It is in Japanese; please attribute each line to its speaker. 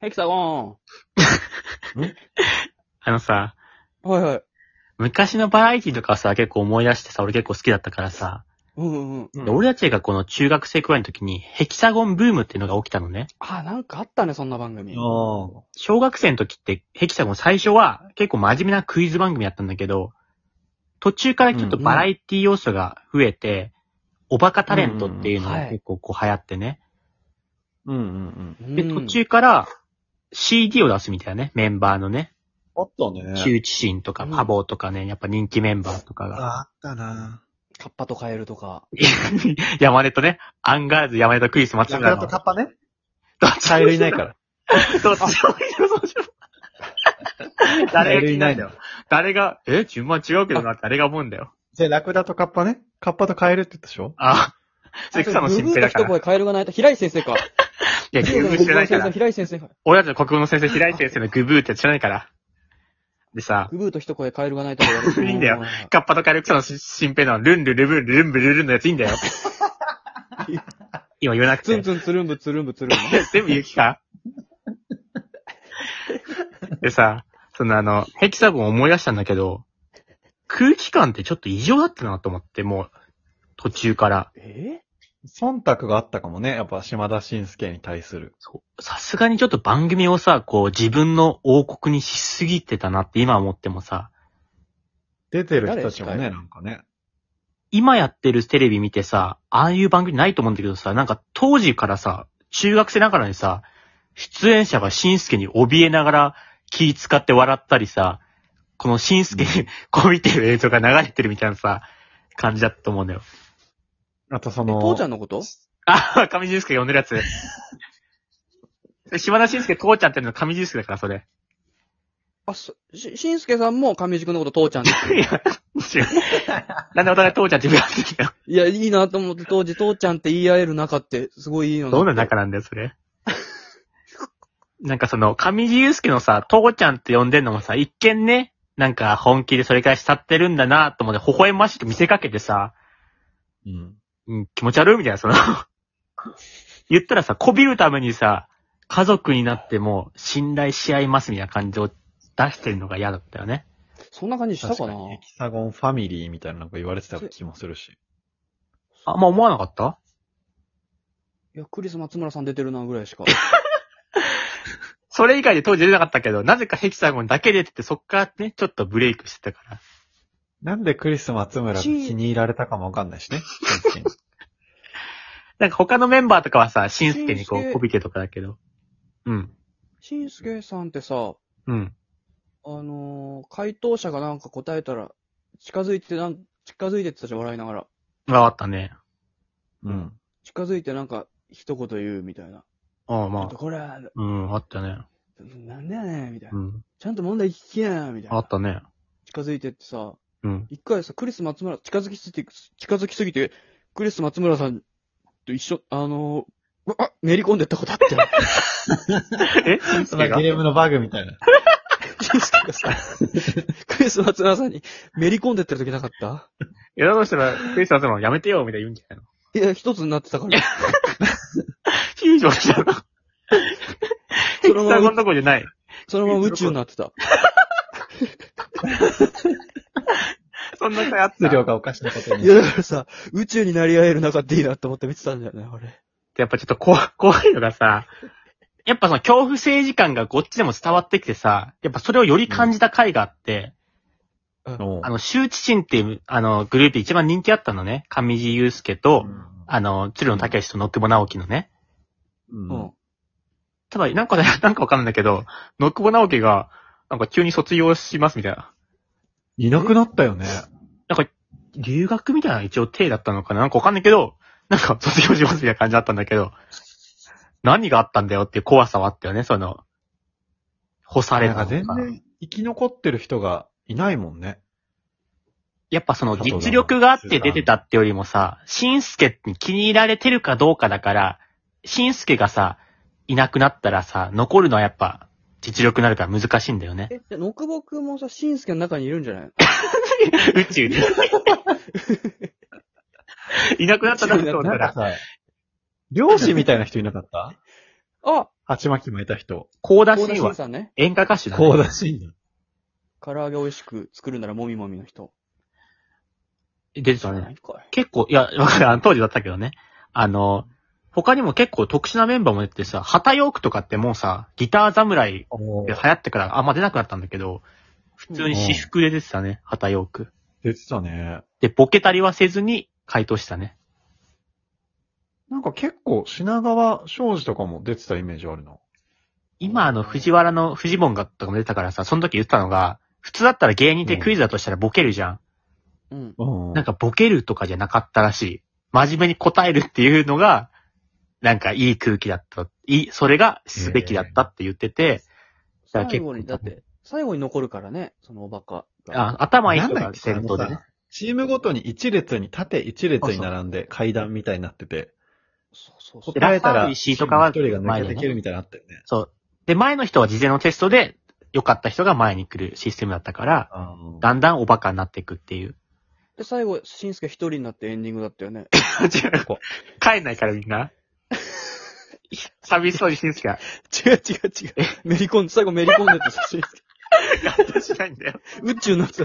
Speaker 1: ヘキサゴ
Speaker 2: あのさ、
Speaker 1: ン。はいはい。
Speaker 2: 昔のバラエティとかさ、結構思い出してさ、俺結構好きだったからさ、
Speaker 1: うんうんうん。
Speaker 2: で俺たちがこの中学生くらいの時に、ヘキサゴンブームっていうのが起きたのね。
Speaker 1: あ、なんかあったね、そんな番組。
Speaker 3: あ
Speaker 2: 小学生の時って、ヘキサゴン最初は結構真面目なクイズ番組だったんだけど、途中からちょっとバラエティ要素が増えて、おバカタレントっていうのが結構こう流行ってね。
Speaker 3: うんうんうん。
Speaker 1: うん
Speaker 2: で、途。中から CD を出すみたいなね、メンバーのね、
Speaker 3: あったね。
Speaker 2: 周知心とか
Speaker 1: うん
Speaker 2: パボーとかね、やっぱ人気メンバーとか
Speaker 3: あ
Speaker 2: が。
Speaker 3: ったな
Speaker 1: カッパとカエルとか。
Speaker 2: 山根とね、アンガールズ山根とクリス松
Speaker 3: ヤクラ
Speaker 2: 村
Speaker 3: と
Speaker 2: の。
Speaker 3: カッパね。
Speaker 2: どっち
Speaker 3: カエルいないから。
Speaker 2: どっちもいるどっちもいる
Speaker 3: カエ
Speaker 2: 誰が
Speaker 3: ル
Speaker 2: い
Speaker 3: い
Speaker 2: な
Speaker 3: ないい
Speaker 2: ん
Speaker 3: ん
Speaker 2: だ
Speaker 3: だ
Speaker 2: よ。
Speaker 3: よ。
Speaker 2: 誰が、え順番違うけどな、誰が思うんだよ。
Speaker 3: で、ラクダとカッパね。カッパとカエルって言ったでしょ
Speaker 2: あ、それ草野新平だから。
Speaker 1: ブブーと一声カエルが泣いた。平井先生か。
Speaker 2: いや、グブー知らないから。
Speaker 1: 平井先生か。
Speaker 2: 俺たちの国語の先生、平井先生のグブーって知らないから。でさ、。
Speaker 1: グブーと一声カエルが泣いたから
Speaker 2: いいんだよカッパとカエル草野新平のルンルルブンルンブルルンのやついいん だよ。今言わなく
Speaker 1: ツ
Speaker 2: て
Speaker 1: ン。ツンつるんぶつるんぶつるんぶ。
Speaker 2: 全部雪かでさ、そのあの、ヘキサゴン思い出したんだけど、空気感ってちょっと異常だったなと思って、もう、途中から。
Speaker 1: え
Speaker 3: 忖度があったかもね。やっぱ島田紳介に対する。
Speaker 2: そうさすがにちょっと番組をさ、こう自分の王国にしすぎてたなって今思ってもさ、
Speaker 3: 出てる人たちも
Speaker 1: 誰
Speaker 3: ね、なんかね。
Speaker 2: 今やってるテレビ見てさ、ああいう番組ないと思うんだけどさ、なんか当時からさ、中学生ながらにさ、出演者が新助に怯えながら気使って笑ったりさ、この新助にこう見てる映像が流れてるみたいなさ、感じだったと思うんだよ。
Speaker 3: あとその、
Speaker 1: 父ちゃんのこと
Speaker 2: あ、上新助呼んでるやつ。島田新助、父ちゃんっていうの上新助だから、それ。
Speaker 1: あ、そ、し、しんすけさんも上地君のこと父ちゃんって。
Speaker 2: いや、違う。なんでお互い父ちゃんって呼び合ってんだよ。
Speaker 1: いや、いいなと思って、当時父ちゃんって言い合える仲って、すごいいいよ
Speaker 2: どんな仲なんだよ、それ。なんかその、上地雄介のさ、父ちゃんって呼んでんのもさ、一見ね、なんか本気でそれから慕ってるんだなと思って、微笑ましく見せかけてさ、
Speaker 3: うん。
Speaker 2: うん、気持ち悪いみたいな、その、 言ったらさ、こびるためにさ、家族になっても信頼し合いますみたいな感じを出してるのが嫌だったよね。
Speaker 1: そんな感じした
Speaker 3: 確
Speaker 1: か
Speaker 3: か
Speaker 1: な
Speaker 3: に、ヘキサゴンファミリーみたいなのが言われてた気もするし。
Speaker 2: あんま思わなかった
Speaker 1: いや、クリス松村さん出てるなぐらいし か。
Speaker 2: それ以外で当時出てなかったけど、なぜかヘキサゴンだけ出てて、そっからね、ちょっとブレイクしてたから。
Speaker 3: なんでクリス松村が気に入られたかもわかんないしね。
Speaker 2: なんか他のメンバーとかはさ、しんすけにこ
Speaker 1: しんすけ
Speaker 2: う、こびてとかだけど。うん。
Speaker 1: しんすけさんってさ、
Speaker 2: うん。
Speaker 1: あのー、回答者がなんか答えたら、近づいてなん、近づいてってたじゃん、笑いながら。
Speaker 2: ああったね。
Speaker 3: うん。
Speaker 1: 近づいてなんか、一言言うみたいな。
Speaker 2: ああ、
Speaker 1: あ
Speaker 2: ま
Speaker 1: と
Speaker 2: あ。
Speaker 1: これ、
Speaker 2: うん、あったね。
Speaker 1: なんだよね、みたいな
Speaker 2: う。ん。
Speaker 1: ちゃんと問題聞きなよ、みたい
Speaker 2: あ
Speaker 1: な
Speaker 2: っ。たね。
Speaker 1: 近づいてってさ、
Speaker 2: うん。
Speaker 1: 一回さ、クリス松村、近づきすぎて、近づきすぎて、クリス松村さんと一緒、あのー、うわあ、練り込んでったことあ ったよ。
Speaker 2: えし んす
Speaker 3: な
Speaker 2: け
Speaker 3: ん
Speaker 2: が
Speaker 3: かゲームのバグみたいな。
Speaker 1: しんすけがさクリス松村さんに、練り込んでってる時なかった
Speaker 2: いや、だとしたら、クリスさんその、やめてよ、みたいな言うんじゃないの
Speaker 1: いや、一つになってたから。
Speaker 2: ヒージョンじゃん。
Speaker 1: そ
Speaker 2: ヘ
Speaker 1: の
Speaker 2: キ
Speaker 1: ま
Speaker 2: サ
Speaker 1: ま
Speaker 2: ゴンどこじゃない。
Speaker 1: そのまま宇宙になってた。
Speaker 2: そんな回あっ
Speaker 3: 質
Speaker 2: た。
Speaker 3: 量がおかしなこと
Speaker 1: い
Speaker 3: に。
Speaker 1: や、だからさ、宇宙になり合える仲っていいなって思って見てたんだよね、俺。
Speaker 2: やっぱちょっと怖い、 怖いのがさ、やっぱその恐怖政治感がこっちでも伝わってきてさ、やっぱそれをより感じた回があって、
Speaker 3: おう
Speaker 2: あの、周知心っていう、あの、グループ一番人気あったのね。上地雄介と、あの、鶴野武と野久保直樹のね。
Speaker 3: うん
Speaker 1: うん。
Speaker 2: ただ、なんかね、 なんかわかんないんだけど、野久保直樹が、なんか急に卒業しますみたいな。
Speaker 3: いなくなったよね。
Speaker 2: 留学みたいな一応手だったのかななんかわかんないけど、なんか卒業しますみたいな感じだったんだけど、何があったんだよっていう怖さはあったよね、その、干され
Speaker 3: なん
Speaker 2: た
Speaker 3: か
Speaker 2: の
Speaker 3: 全
Speaker 2: かな。
Speaker 3: 然生き残ってる人がいないもんね。
Speaker 2: やっぱその実力があって出てたってよりもさ、しんすけに気に入られてるかどうかだから、しんすけがさ、いなくなったらさ、残るのはやっぱ実力になるから難しいんだよね。
Speaker 1: え、じゃあ、野久保くんもさ、しんすけの中にいるんじゃない
Speaker 2: 宇宙で。いなくなったなと思った。
Speaker 3: なんからさ、漁師みたいな人いなかった
Speaker 1: あ
Speaker 3: 鉢巻き巻いた人。
Speaker 2: コーダ
Speaker 1: 高田
Speaker 2: シン
Speaker 1: 新
Speaker 2: は
Speaker 1: さんね。
Speaker 2: 演歌歌手だね。
Speaker 3: こうらしいんだ。
Speaker 1: 唐揚げ美味しく作るならもみもみの人。
Speaker 2: 出て
Speaker 1: 知
Speaker 2: た
Speaker 1: ら
Speaker 2: ね
Speaker 1: な。いかい。
Speaker 2: 結構、いや、わかるあの当時だったけどね。あの、他にも結構特殊なメンバーも出ててさ、旗ヨークとかってもうさ、ギター侍で流行ってからあんま出なくなったんだけど、普通に私服で出てたね、旗ヨーク。
Speaker 3: 出てたね。
Speaker 2: で、ボケたりはせずに回答したね。
Speaker 3: なんか結構、品川庄司とかも出てたイメージあるな。
Speaker 2: 今あの、藤原の、藤本がとかも出てたからさ、その時言ってたのが、普通だったら芸人ってクイズだとしたらボケるじゃん。
Speaker 1: うん。
Speaker 3: うん
Speaker 2: なんかボケるとかじゃなかったらしい。真面目に答えるっていうのが、なんかいい空気だった。いい、それがすべきだったって言ってて、だから
Speaker 1: 最
Speaker 2: 結構
Speaker 1: 後に、だって、最後に残るからね、そのおバカが。
Speaker 2: あ頭いい人
Speaker 3: なんだ
Speaker 2: が
Speaker 3: っけ
Speaker 2: 先頭でね。
Speaker 3: チームごとに一列に、縦一列に並んで階段みたいになってて、
Speaker 1: そうそうそう。
Speaker 3: 答えた
Speaker 2: ラッパー
Speaker 3: ら、
Speaker 2: と石井とかは
Speaker 3: 一人が
Speaker 2: 前
Speaker 3: 抜
Speaker 2: で
Speaker 3: けて
Speaker 2: ね
Speaker 3: けるみたいになってるね。
Speaker 2: そう。で、前の人は事前のテストで、良かった人が前に来るシステムだったから、
Speaker 3: あの
Speaker 2: だんだんおバカになっていくっていう。
Speaker 1: で、最後、しんすけ一人になってエンディングだったよね。
Speaker 2: 違う帰んないからみんな。 寂しそうにしんすけは。
Speaker 1: 違う違う違う。めり込んで、最後めり込んでって写真。
Speaker 2: やっとしないんだよ。
Speaker 1: 宇宙になってた。